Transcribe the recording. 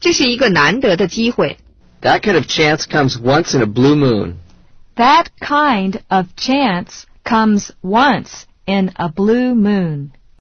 这是一个难得的机会。 That kind of chance comes once in a blue moon. That kind of chance comes once in a blue moon.